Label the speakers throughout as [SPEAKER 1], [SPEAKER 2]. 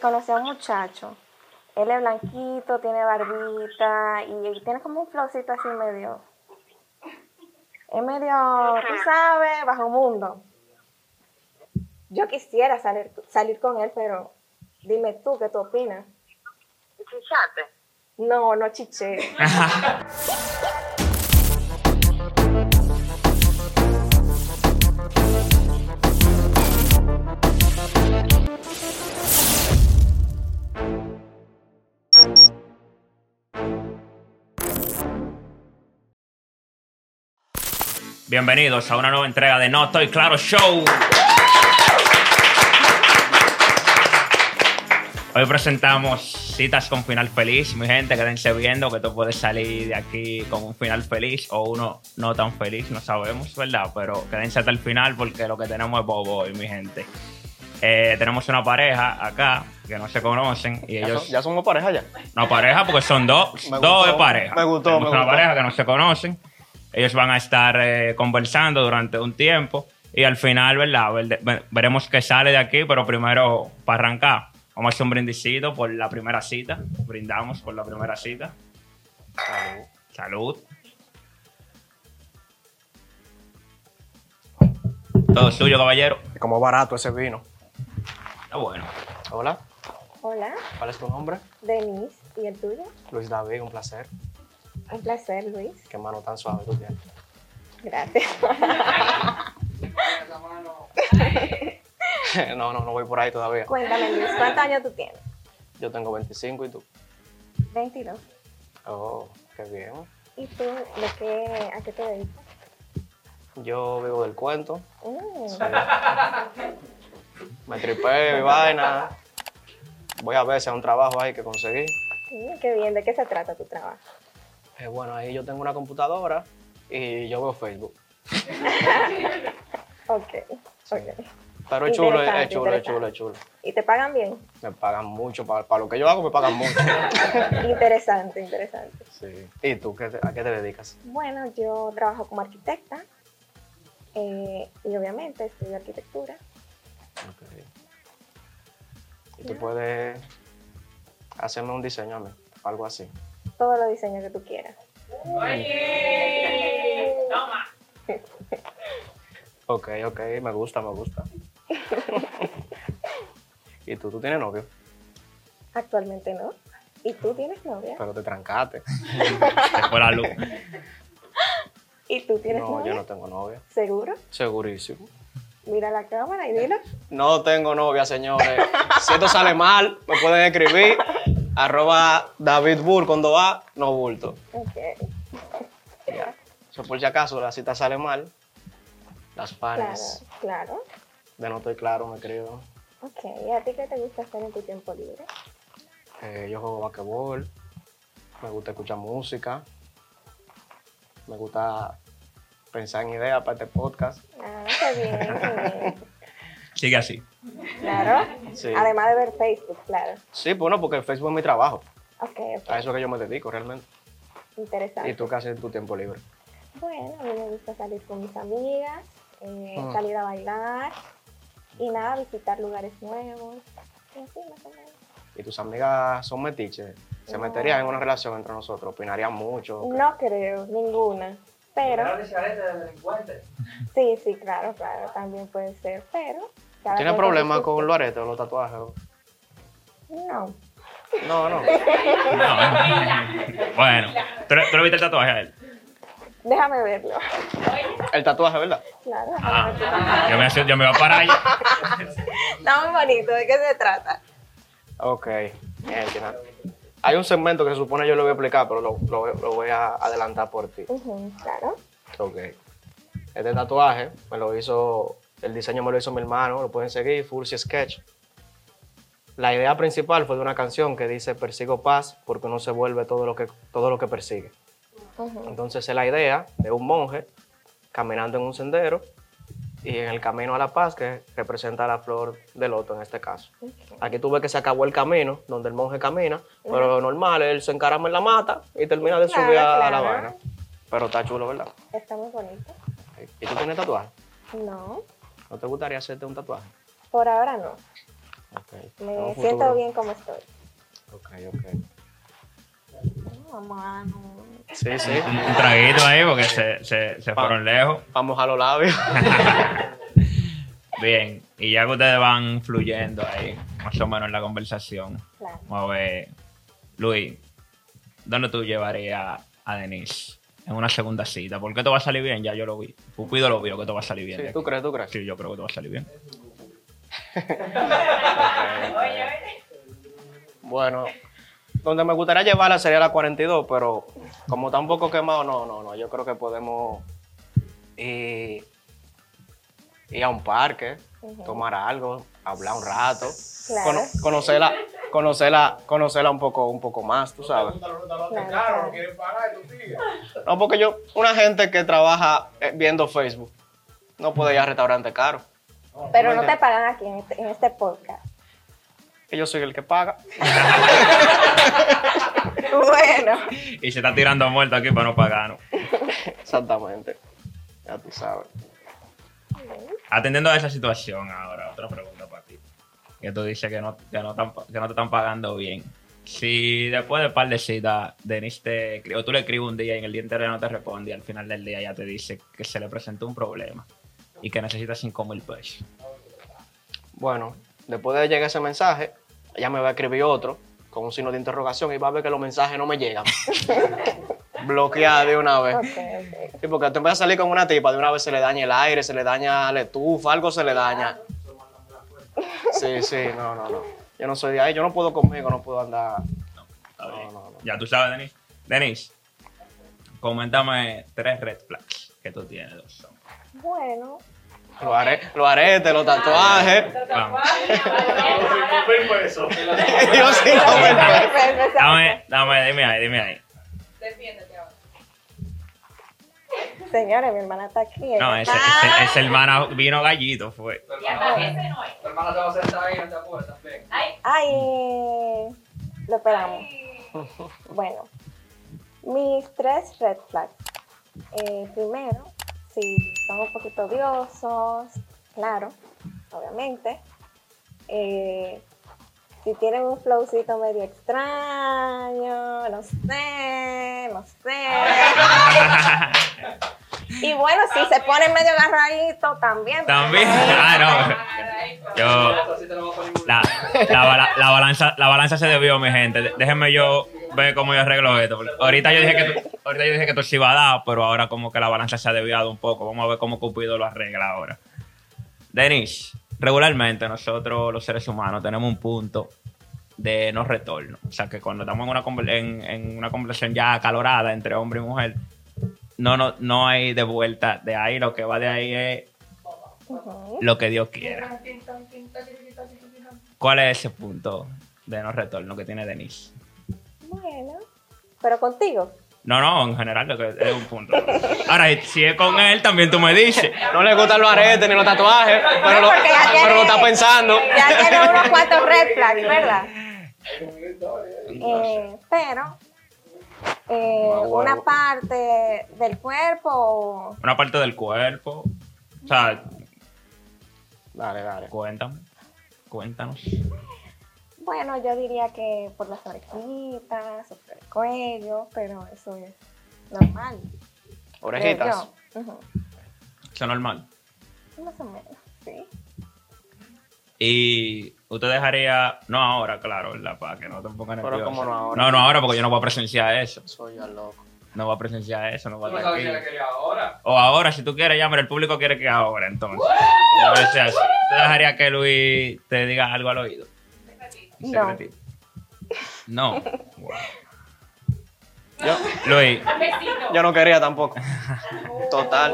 [SPEAKER 1] conocí a un muchacho. Él es blanquito, tiene barbita y, y tiene como un flowcito así medio. Es medio, tú sabes, bajo mundo. Yo quisiera salir, salir con él, pero dime tú, ¿qué tú opinas?
[SPEAKER 2] Chichate.
[SPEAKER 1] No, no chiché.
[SPEAKER 3] Bienvenidos a una nueva entrega de No Estoy Claro Show. Hoy presentamos citas con final feliz. Mi gente, quédense viendo que tú puedes salir de aquí con un final feliz o uno no tan feliz, no sabemos, ¿verdad? Pero quédense hasta el final porque lo que tenemos es bobo hoy, mi gente. Eh, tenemos una pareja acá que no se conocen y
[SPEAKER 4] Ya,
[SPEAKER 3] ellos...
[SPEAKER 4] son- ya somos pareja ya.
[SPEAKER 3] No pareja, porque son dos.
[SPEAKER 4] Me
[SPEAKER 3] dos
[SPEAKER 4] gustó,
[SPEAKER 3] de pareja.
[SPEAKER 4] me gustó,
[SPEAKER 3] Tenemos
[SPEAKER 4] me
[SPEAKER 3] una
[SPEAKER 4] gustó.
[SPEAKER 3] pareja que no se conocen. Ellos van a estar eh, conversando durante un tiempo. Y al final, ¿verdad? Verde- ve- Veremos qué sale de aquí, pero primero, para arrancar, vamos a hacer un brindicito por la primera cita. Brindamos por la primera cita. Salud. Salud. Todo suyo, caballero.
[SPEAKER 4] Como barato ese vino.
[SPEAKER 3] Está bueno.
[SPEAKER 4] Hola,
[SPEAKER 1] Hola,
[SPEAKER 4] ¿cuál es tu nombre?
[SPEAKER 1] Denise, ¿y el tuyo?
[SPEAKER 4] Luis David, un placer.
[SPEAKER 1] Un placer, Luis.
[SPEAKER 4] Qué mano tan suave tú tienes.
[SPEAKER 1] Gracias.
[SPEAKER 4] no, no, no voy por ahí todavía.
[SPEAKER 1] Cuéntame, Luis, ¿cuántos años tú tienes?
[SPEAKER 4] Yo tengo 25 y tú.
[SPEAKER 1] 22.
[SPEAKER 4] Oh, qué bien.
[SPEAKER 1] ¿Y tú de qué, a qué te dedicas?
[SPEAKER 4] Yo vivo del cuento.
[SPEAKER 1] Mm,
[SPEAKER 4] Me tripé mi vaina. Voy a veces a un trabajo ahí que conseguí.
[SPEAKER 1] mm, qué bien, ¿de qué se trata tu trabajo?
[SPEAKER 4] Eh, bueno, ahí yo tengo una computadora y yo veo Facebook.
[SPEAKER 1] Ok,
[SPEAKER 4] Sí.
[SPEAKER 1] ok.
[SPEAKER 4] Pero es chulo, es- es
[SPEAKER 1] Interesante,
[SPEAKER 4] chulo, es
[SPEAKER 1] interesante.
[SPEAKER 4] chulo, es chulo.
[SPEAKER 1] ¿Y te pagan bien?
[SPEAKER 4] Me pagan mucho. Para, para lo que yo hago, me pagan mucho.
[SPEAKER 1] interesante, interesante.
[SPEAKER 4] sí. ¿Y tú qué te- a qué te dedicas?
[SPEAKER 1] Bueno, yo trabajo como arquitecta eh, y obviamente estudio arquitectura.
[SPEAKER 4] Ok. Y tú puedes hacerme un diseño a mí, algo así.
[SPEAKER 1] Todos los diseños que tú quieras.
[SPEAKER 4] Ok, ok, me gusta, me gusta. y tú, tú tienes novio,
[SPEAKER 1] Actualmente no. ¿Y tú tienes novia?
[SPEAKER 4] pero te trancaste.
[SPEAKER 3] Se fue la luz.
[SPEAKER 1] ¿Y tú tienes
[SPEAKER 4] No,
[SPEAKER 1] novia?
[SPEAKER 4] yo no tengo novia.
[SPEAKER 1] ¿Seguro?
[SPEAKER 4] Segurísimo.
[SPEAKER 1] Mira la cámara y dilo.
[SPEAKER 4] No tengo novia, señores. Si esto sale mal, me pueden escribir. Arroba David Bull con 2A, no bulto.
[SPEAKER 1] Ok.
[SPEAKER 4] Ya. Eso por si acaso la cita sale mal, las
[SPEAKER 1] Claro,
[SPEAKER 4] panes
[SPEAKER 1] claro.
[SPEAKER 4] de no estoy claro me creo.
[SPEAKER 1] Ok, ¿y a ti qué te gusta hacer en tu tiempo libre?
[SPEAKER 4] Eh, yo juego basquetbol, me gusta escuchar música, me gusta pensar en ideas para este podcast.
[SPEAKER 1] Ah, qué bien, qué bien.
[SPEAKER 3] Sigue así.
[SPEAKER 1] Claro.
[SPEAKER 4] Sí.
[SPEAKER 1] Además de ver Facebook, claro.
[SPEAKER 4] Sí, bueno, porque el Facebook es mi trabajo,
[SPEAKER 1] Ok,
[SPEAKER 4] a
[SPEAKER 1] ok.
[SPEAKER 4] eso es que yo me dedico realmente. Ah, ¿Y
[SPEAKER 1] Interesante.
[SPEAKER 4] tú qué haces en tu tiempo libre?
[SPEAKER 1] Bueno, a mí me gusta salir con mis amigas, eh,
[SPEAKER 4] Ah.
[SPEAKER 1] salir a bailar y nada, visitar lugares nuevos. Y así, más o menos.
[SPEAKER 4] ¿Y tus amigas son metiches? ¿Se
[SPEAKER 1] No.
[SPEAKER 4] meterían en una relación entre nosotros? ¿Opinarían mucho?
[SPEAKER 1] No creo, ninguna. Pero sí, sí, claro, claro, también puede ser, pero... cada
[SPEAKER 4] ¿Tienes
[SPEAKER 1] cual
[SPEAKER 4] problemas
[SPEAKER 1] sus
[SPEAKER 4] con los aretes o los tatuajes?
[SPEAKER 1] gustos. No,
[SPEAKER 4] No, no.
[SPEAKER 3] No. eh. Bueno, ¿tú le, tú le viste el tatuaje a él?
[SPEAKER 1] déjame verlo.
[SPEAKER 4] El tatuaje, ¿verdad?
[SPEAKER 1] Claro, déjame ver tu
[SPEAKER 3] Ah, yo me, yo me voy a parar allá.
[SPEAKER 1] Está muy bonito, ¿de qué se trata?
[SPEAKER 4] Ok. Bien, Tina. Hay un segmento que se supone yo lo voy a explicar, pero lo, lo- lo voy a adelantar por ti.
[SPEAKER 1] Ujú, claro.
[SPEAKER 4] Ok. Este tatuaje me lo hizo, el diseño me lo hizo mi hermano, lo pueden seguir, Fursi Sketch. La idea principal fue de una canción que dice Persigo paz porque uno se vuelve todo lo que, todo lo que persigue.
[SPEAKER 1] Ujú.
[SPEAKER 4] Entonces es la idea de un monje caminando en un sendero y en el camino a la paz que representa la flor del loto en este caso. Aquí tú ves que se acabó el camino donde el monje camina, pero normal, él se encarama en la mata y termina de
[SPEAKER 1] Claro,
[SPEAKER 4] subir a, a la
[SPEAKER 1] claro.
[SPEAKER 4] vaina. Pero está chulo, ¿verdad?
[SPEAKER 1] Está muy bonito.
[SPEAKER 4] ¿Y tú tienes tatuaje?
[SPEAKER 1] No,
[SPEAKER 4] ¿No te gustaría hacerte un tatuaje?
[SPEAKER 1] por ahora no.
[SPEAKER 4] Ok.
[SPEAKER 1] Me
[SPEAKER 4] En un
[SPEAKER 1] siento
[SPEAKER 4] futuro.
[SPEAKER 1] bien como estoy.
[SPEAKER 4] Ok, ok.
[SPEAKER 1] Vamos a darnos un-
[SPEAKER 4] Sí, sí.
[SPEAKER 3] Un, un traguito ahí porque se, se, se fueron lejos.
[SPEAKER 4] Vamos a los labios.
[SPEAKER 3] Bien, y ya que ustedes van fluyendo ahí, más o menos en la conversación.
[SPEAKER 1] Claro.
[SPEAKER 3] Vamos a ver, Luis, ¿dónde tú llevarías a Denise en una segunda cita? ¿Por qué te va a salir bien? Ya yo lo vi. Pupido lo vio que te va a salir bien. de
[SPEAKER 4] Sí,
[SPEAKER 3] aquí.
[SPEAKER 4] ¿Tú crees, tú crees?
[SPEAKER 3] Sí, yo creo que te va a salir bien.
[SPEAKER 4] Bueno, donde me gustaría llevarla sería la 42, pero como está un poco quemado, no, no, no. Yo creo que podemos eh, ir a un parque, tomar algo, hablar un rato,
[SPEAKER 1] Claro.
[SPEAKER 4] cono- conocerla, conocerla, conocerla un poco, un poco más, tú sabes.
[SPEAKER 1] Claro,
[SPEAKER 5] Claro,
[SPEAKER 1] claro.
[SPEAKER 5] no quieren pagar, tú sigues.
[SPEAKER 4] No, porque yo, una gente que trabaja eh, viendo Facebook, no puede ir a restaurante caro.
[SPEAKER 1] Pero no te pagan aquí en este, en este podcast.
[SPEAKER 4] que Yo soy el que paga.
[SPEAKER 1] Bueno,
[SPEAKER 3] Y se está tirando muerto aquí para no pagarnos.
[SPEAKER 4] Exactamente. Ya tú sabes.
[SPEAKER 3] Atendiendo a esa situación ahora, otra pregunta para ti. Que tú dices que no, que no, tan- que no te están pagando bien. Si después de un par de citas, Denise te escri- o tú le escribes un día y en el día entero no te responde y al final del día ya te dice que se le presentó un problema y que necesita 5 mil pesos.
[SPEAKER 4] Bueno, después de llegar ese mensaje, ella me va a escribir otro con un signo de interrogación y va a ver que los mensajes no me llegan. Bloqueada de una vez.
[SPEAKER 1] ok, ok.
[SPEAKER 4] Sí, porque tú empiezas a salir con una tipa, de una vez se le daña el aire, se le daña la estufa, algo se le daña. Sí, sí, no, no, no. Yo no soy de ahí, yo no puedo conmigo, no puedo andar.
[SPEAKER 3] Está bien.
[SPEAKER 4] No, no, no.
[SPEAKER 3] Ya tú sabes, Denise. Denise, coméntame tres red flags que tú tienes. Dos son.
[SPEAKER 1] Bueno,
[SPEAKER 4] Los are- los aretes, los tatuajes.
[SPEAKER 3] Vamos.
[SPEAKER 4] Yo sí
[SPEAKER 1] pues.
[SPEAKER 4] no me entero.
[SPEAKER 1] Empezamos.
[SPEAKER 3] Dame, dame, dime ahí, dime ahí.
[SPEAKER 1] Señores, mi hermana está aquí.
[SPEAKER 3] No,
[SPEAKER 1] ella
[SPEAKER 3] ese,
[SPEAKER 1] está-
[SPEAKER 3] ese, ese hermano vino gallito, fue.
[SPEAKER 5] Tu hermana te va a sentar ahí en esta puerta también.
[SPEAKER 1] Ay, lo esperamos. Bueno, mis tres red flags. Eh, primero, si son un poquito odiosos, claro, obviamente. Eh, si tienen un flowcito medio extraño, no sé, no sé. Y bueno, si se ponen medio agarradito, también.
[SPEAKER 3] También. Ah, no. Yo.
[SPEAKER 5] Así te lo voy a poner muy
[SPEAKER 3] La, la, bala- la balanza, la balanza se debió, mi gente. De- Déjenme yo ver cómo yo arreglo esto. porque Ahorita yo dije que tú- ahorita yo dije que tú sí iba a dar, pero ahora como que la balanza se ha desviado un poco. Vamos a ver cómo Cupido lo arregla ahora. Denis, regularmente nosotros los seres humanos tenemos un punto de no retorno. O sea que cuando estamos en una, conver- en, en una conversación ya acalorada entre hombre y mujer, no, no, no hay de vuelta de ahí. Lo que va de ahí es lo que Dios quiera. ¿Cuál es ese punto de no retorno que tiene Denise?
[SPEAKER 1] Bueno, pero contigo.
[SPEAKER 3] No, no, en general lo que es un punto. Ahora, si es con él, también tú me dices.
[SPEAKER 4] No le gustan los aretes ni los tatuajes, pero lo,
[SPEAKER 1] porque la tiene-
[SPEAKER 4] pero lo está pensando.
[SPEAKER 1] Ya tiene unos cuantos red flags, ¿verdad? Eh, pero eh, una parte del cuerpo,
[SPEAKER 3] Una parte del cuerpo. O sea,
[SPEAKER 4] Dale, dale.
[SPEAKER 3] cuéntame. Cuéntanos.
[SPEAKER 1] bueno, yo diría que por las orejitas, o por el cuello, pero eso es normal. creo
[SPEAKER 4] Orejitas.
[SPEAKER 1] yo. Ujú,
[SPEAKER 3] Eso es normal.
[SPEAKER 1] Más o menos, sí.
[SPEAKER 3] Y usted dejaría. No ahora, claro, ¿verdad? Para que no te pongan
[SPEAKER 4] Pero
[SPEAKER 3] nerviosa.
[SPEAKER 4] ¿cómo no ahora?
[SPEAKER 3] No, no ahora, porque yo no voy a presenciar eso.
[SPEAKER 4] Soy al loco.
[SPEAKER 3] No voy a presenciar eso, no
[SPEAKER 5] Tú
[SPEAKER 3] voy a
[SPEAKER 5] no
[SPEAKER 3] estar
[SPEAKER 5] sabes que la
[SPEAKER 3] aquí.
[SPEAKER 5] quería ahora.
[SPEAKER 3] O ahora, si tú quieres, ya, pero el público quiere que ahora, entonces. A ver si así. ¿Tú dejarías que Luis te diga algo al oído?
[SPEAKER 1] No.
[SPEAKER 3] Secretito. No.
[SPEAKER 4] Yo,
[SPEAKER 3] Luis,
[SPEAKER 4] yo no quería tampoco. Total.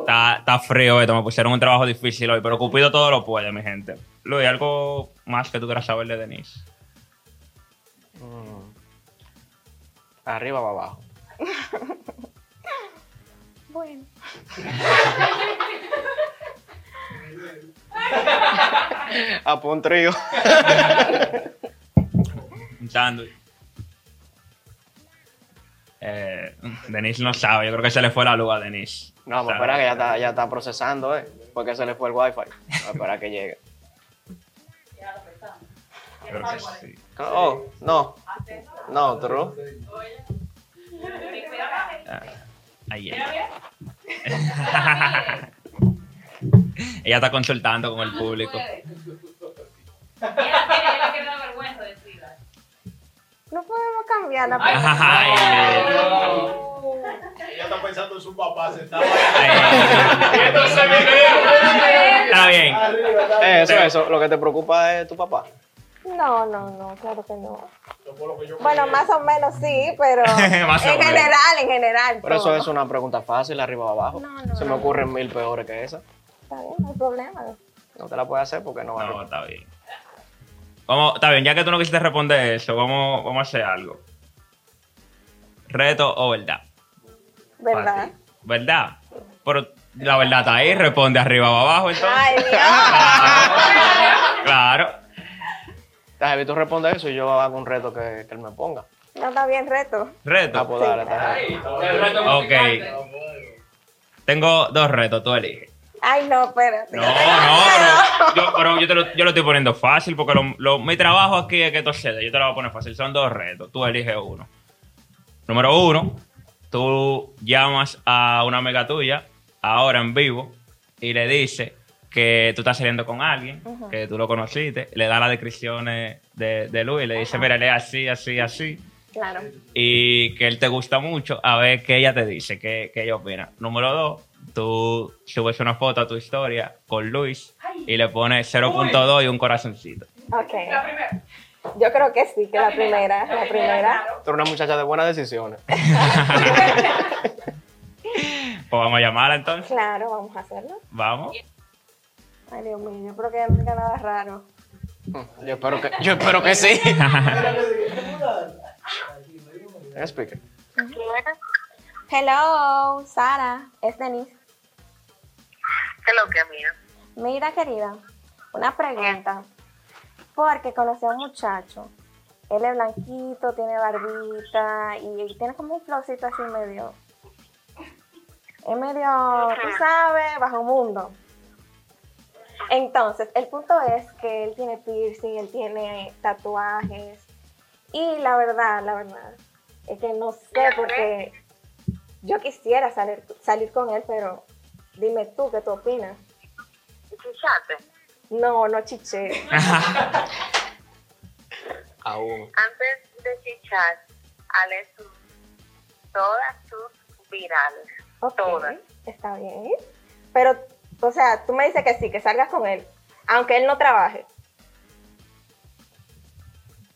[SPEAKER 3] está, está frío esto, me pusieron un trabajo difícil hoy, pero Cupido todo lo puede, mi gente. Luis, algo más que tú quieras saber de Denise.
[SPEAKER 4] Mm. Arriba o abajo.
[SPEAKER 1] Bueno.
[SPEAKER 4] A un trío.
[SPEAKER 3] Un sándwich. Eh, Denise no sabe, yo creo que se le fue la luz a Denise.
[SPEAKER 4] No, pues pero
[SPEAKER 3] Sabe.
[SPEAKER 4] espera que ya está, ya está procesando, eh. Porque se le fue el wifi. Espera que llegue.
[SPEAKER 3] Creo que sí.
[SPEAKER 4] Oh, no. No, true.
[SPEAKER 3] Ah, ahí está. Ella está consultando con el público.
[SPEAKER 1] No podemos cambiar la
[SPEAKER 3] Ay.
[SPEAKER 1] pregunta.
[SPEAKER 6] Ella está pensando en su papá sentado.
[SPEAKER 3] Ay.
[SPEAKER 6] Entonces, mi
[SPEAKER 3] Está bien.
[SPEAKER 4] Eh, Eso, eso. Lo que te preocupa es tu papá.
[SPEAKER 1] No, no, no, claro que no.
[SPEAKER 6] yo
[SPEAKER 1] Bueno, más o menos sí, pero
[SPEAKER 3] Más o
[SPEAKER 1] en
[SPEAKER 3] menos.
[SPEAKER 1] general, en general.
[SPEAKER 4] Pero eso
[SPEAKER 1] todo.
[SPEAKER 4] es una pregunta fácil, arriba o abajo.
[SPEAKER 1] No, no,
[SPEAKER 4] Se me
[SPEAKER 1] no.
[SPEAKER 4] ocurren mil peores que esa.
[SPEAKER 1] Está bien, no hay problema.
[SPEAKER 4] No te la puedes hacer porque no va
[SPEAKER 3] No,
[SPEAKER 4] a
[SPEAKER 3] está bien. Vamos, está bien, ya que tú no quisiste responder eso, vamos, vamos a hacer algo. Reto o verdad.
[SPEAKER 1] ¿Verdad?
[SPEAKER 3] Para ti. ¿Verdad? Pero la verdad está ahí, responde arriba o abajo entonces.
[SPEAKER 1] Ay, Dios.
[SPEAKER 3] Claro.
[SPEAKER 4] Te has visto responder eso y yo hago un reto que, que él me ponga.
[SPEAKER 1] No está bien reto.
[SPEAKER 4] Ah,
[SPEAKER 3] Reto.
[SPEAKER 4] pues dale, dale.
[SPEAKER 3] Ok. Tengo dos retos, tú eliges.
[SPEAKER 1] Ay, no, espérate.
[SPEAKER 3] No, no, pero yo, pero yo te lo, yo lo estoy poniendo fácil porque lo- lo- mi trabajo aquí es que esto ceda. Yo te lo voy a poner fácil. Son dos retos. Tú eliges uno. Número uno, tú llamas a una amiga tuya ahora en vivo y le dices que tú estás saliendo con alguien, que tú lo conociste, le das las descripciones de, de Luis y le dices, mira, él es así, así, así,
[SPEAKER 1] Claro.
[SPEAKER 3] y que él te gusta mucho, a ver qué ella te dice, qué, qué ella opina. Número dos, tú subes una foto a tu historia con Luis y le pones 0.2 y un corazoncito.
[SPEAKER 1] Ok. Yo creo que sí, que la primera, la primera.
[SPEAKER 4] Tú eres una muchacha de buenas decisiones.
[SPEAKER 3] Pues vamos a llamarla entonces.
[SPEAKER 1] Claro, vamos a hacerlo.
[SPEAKER 3] Vamos.
[SPEAKER 1] Ay, Dios mío, yo creo que no queda nada raro.
[SPEAKER 4] Yo espero que, yo espero que sí. Explique.
[SPEAKER 1] Hello, Sara, es Denise.
[SPEAKER 2] ¿Qué es lo que, amiga?
[SPEAKER 1] Mira, querida, una pregunta. Porque conocí a un muchacho. Él es blanquito, tiene barbita y tiene como un flowcito así medio. Es medio, tú sabes, bajo mundo. Entonces, el punto es que él tiene piercing, él tiene tatuajes. Y la verdad, la verdad, es que no sé porque yo quisiera salir, salir con él, pero dime tú qué tú opinas.
[SPEAKER 2] Fíjate,
[SPEAKER 1] No, no chiché.
[SPEAKER 4] Aún.
[SPEAKER 2] antes de chichar, hale sus, todas sus virales.
[SPEAKER 1] Ok,
[SPEAKER 2] Todas.
[SPEAKER 1] está bien. Pero, o sea, tú me dices que sí, que salgas con él, aunque él no trabaje.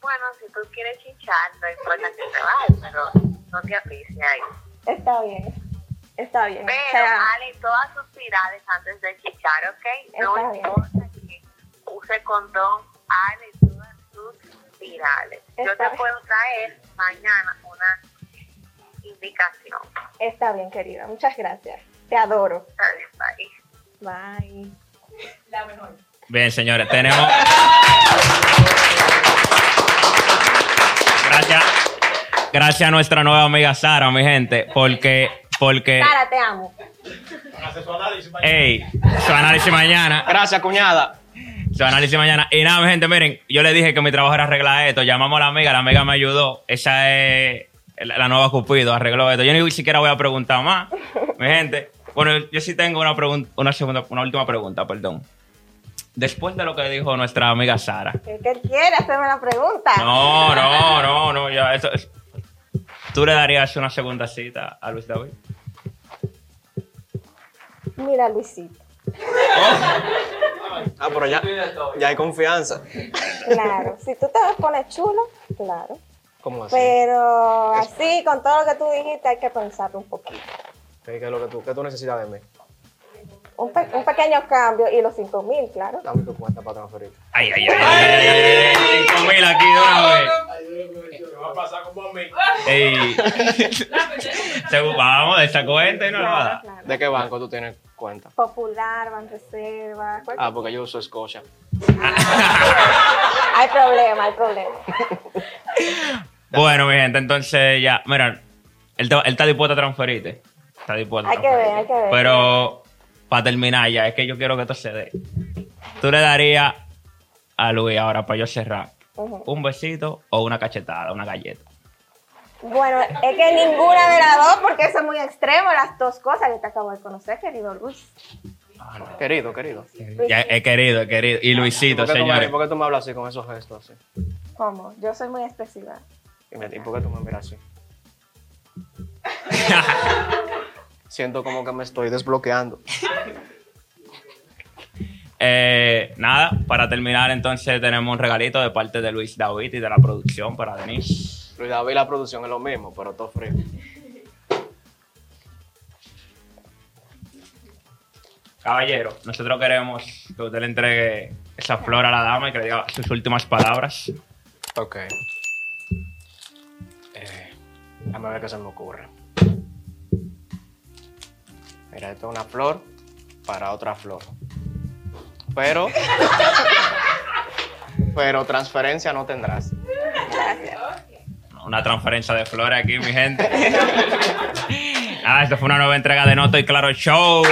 [SPEAKER 2] Bueno, si tú quieres chichar, no importa que te vayas, pero no te aficies ahí.
[SPEAKER 1] Está bien, está bien.
[SPEAKER 2] Pero
[SPEAKER 1] o sea,
[SPEAKER 2] hale todas sus virales antes de chichar, ¿ok?
[SPEAKER 1] Está
[SPEAKER 2] No
[SPEAKER 1] bien.
[SPEAKER 2] importa que use condón, hale todas sus virales. Yo
[SPEAKER 1] Está
[SPEAKER 2] te
[SPEAKER 1] bien.
[SPEAKER 2] puedo traer mañana una indicación.
[SPEAKER 1] está bien, querida. Muchas gracias. Te adoro.
[SPEAKER 2] Dale, bye.
[SPEAKER 1] Bye.
[SPEAKER 3] Bien, señores, tenemos. Gracias. Gracias a nuestra nueva amiga Sara, mi gente, porque. Porque.
[SPEAKER 1] Sara, te amo.
[SPEAKER 6] Hace su análisis mañana.
[SPEAKER 3] Ey, su análisis mañana.
[SPEAKER 4] Gracias, cuñada.
[SPEAKER 3] Su análisis mañana. Y nada, mi gente, miren, yo le dije que mi trabajo era arreglar esto. Llamamos a la amiga, la amiga me ayudó. Esa es la la nueva Cupido, arregló esto. Yo ni siquiera voy a preguntar más, mi gente. Bueno, yo sí tengo una pregunta, una segunda, una última pregunta, perdón. Después de lo que dijo nuestra amiga Sara.
[SPEAKER 1] ¿Qué, qué quiere hacerme la pregunta?
[SPEAKER 3] No, no, no, no, ya, eso es- ¿Tú le darías una segunda cita a Luis David?
[SPEAKER 1] Mira, Luisito.
[SPEAKER 4] Ah, pero ya, ya hay confianza.
[SPEAKER 1] Claro, si tú te pones chulo, claro.
[SPEAKER 4] ¿Cómo así?
[SPEAKER 1] Pues- Pero así, con todo lo que tú dijiste, hay que pensarlo un poquito.
[SPEAKER 4] ¿Qué, qué es lo que tú, qué tú necesitas de mí?
[SPEAKER 1] Un, pe- un pequeño cambio y los 5 mil, claro.
[SPEAKER 4] Dame tu cuenta para transferirte.
[SPEAKER 3] Ay, ay, ay, ay, ay, ay, ay, cinco mil aquí de una vez.
[SPEAKER 6] ¿Qué va a pasar como a mí?
[SPEAKER 3] Ey. Se- vamos, de esa cuenta y no la va a
[SPEAKER 1] Claro,
[SPEAKER 3] dar.
[SPEAKER 1] claro.
[SPEAKER 4] ¿De qué banco tú tienes cuenta?
[SPEAKER 1] Popular, Banreserva, cualquier
[SPEAKER 4] Ah, porque yo uso Scotia.
[SPEAKER 1] Hay problema, hay problema.
[SPEAKER 3] Bueno, mi gente, entonces ya, mira, él, te- él está dispuesto a transferirte. Está dispuesto. a
[SPEAKER 1] Hay que ver,
[SPEAKER 3] transferirte.
[SPEAKER 1] hay que ver.
[SPEAKER 3] Pero para terminar ya, es que yo quiero que esto se dé. Tú le darías a Luis ahora para yo cerrar
[SPEAKER 1] Ujú.
[SPEAKER 3] un besito o una cachetada, una galleta.
[SPEAKER 1] Bueno, es que ninguna de las dos, porque eso es muy extremo, las dos cosas que te acabo de conocer, querido Luis.
[SPEAKER 3] Ah,
[SPEAKER 4] Querido, querido.
[SPEAKER 3] Ya, he querido, he querido. Y Luisito,
[SPEAKER 4] ¿Por qué, tú me,
[SPEAKER 3] señores.
[SPEAKER 4] por qué tú me hablas así con esos gestos así?
[SPEAKER 1] ¿Cómo? Yo soy muy expresiva.
[SPEAKER 4] ¿Y, me- y por qué tú me miras así? Siento como que me estoy desbloqueando.
[SPEAKER 3] Eh, nada, para terminar entonces tenemos un regalito de parte de Luis David y de la producción para Denise.
[SPEAKER 4] Luis David, la producción es lo mismo, pero todo frío.
[SPEAKER 3] Caballero, nosotros queremos que usted le entregue esa flor a la dama y que le diga sus últimas palabras.
[SPEAKER 4] Ok. Eh, déjame ver qué se me ocurre. Mira, esto es una flor para otra flor. Pero. pero transferencia no tendrás.
[SPEAKER 3] Una transferencia de flores aquí, mi Ah, gente. nada, esto fue una nueva entrega de Noto y Claro Show.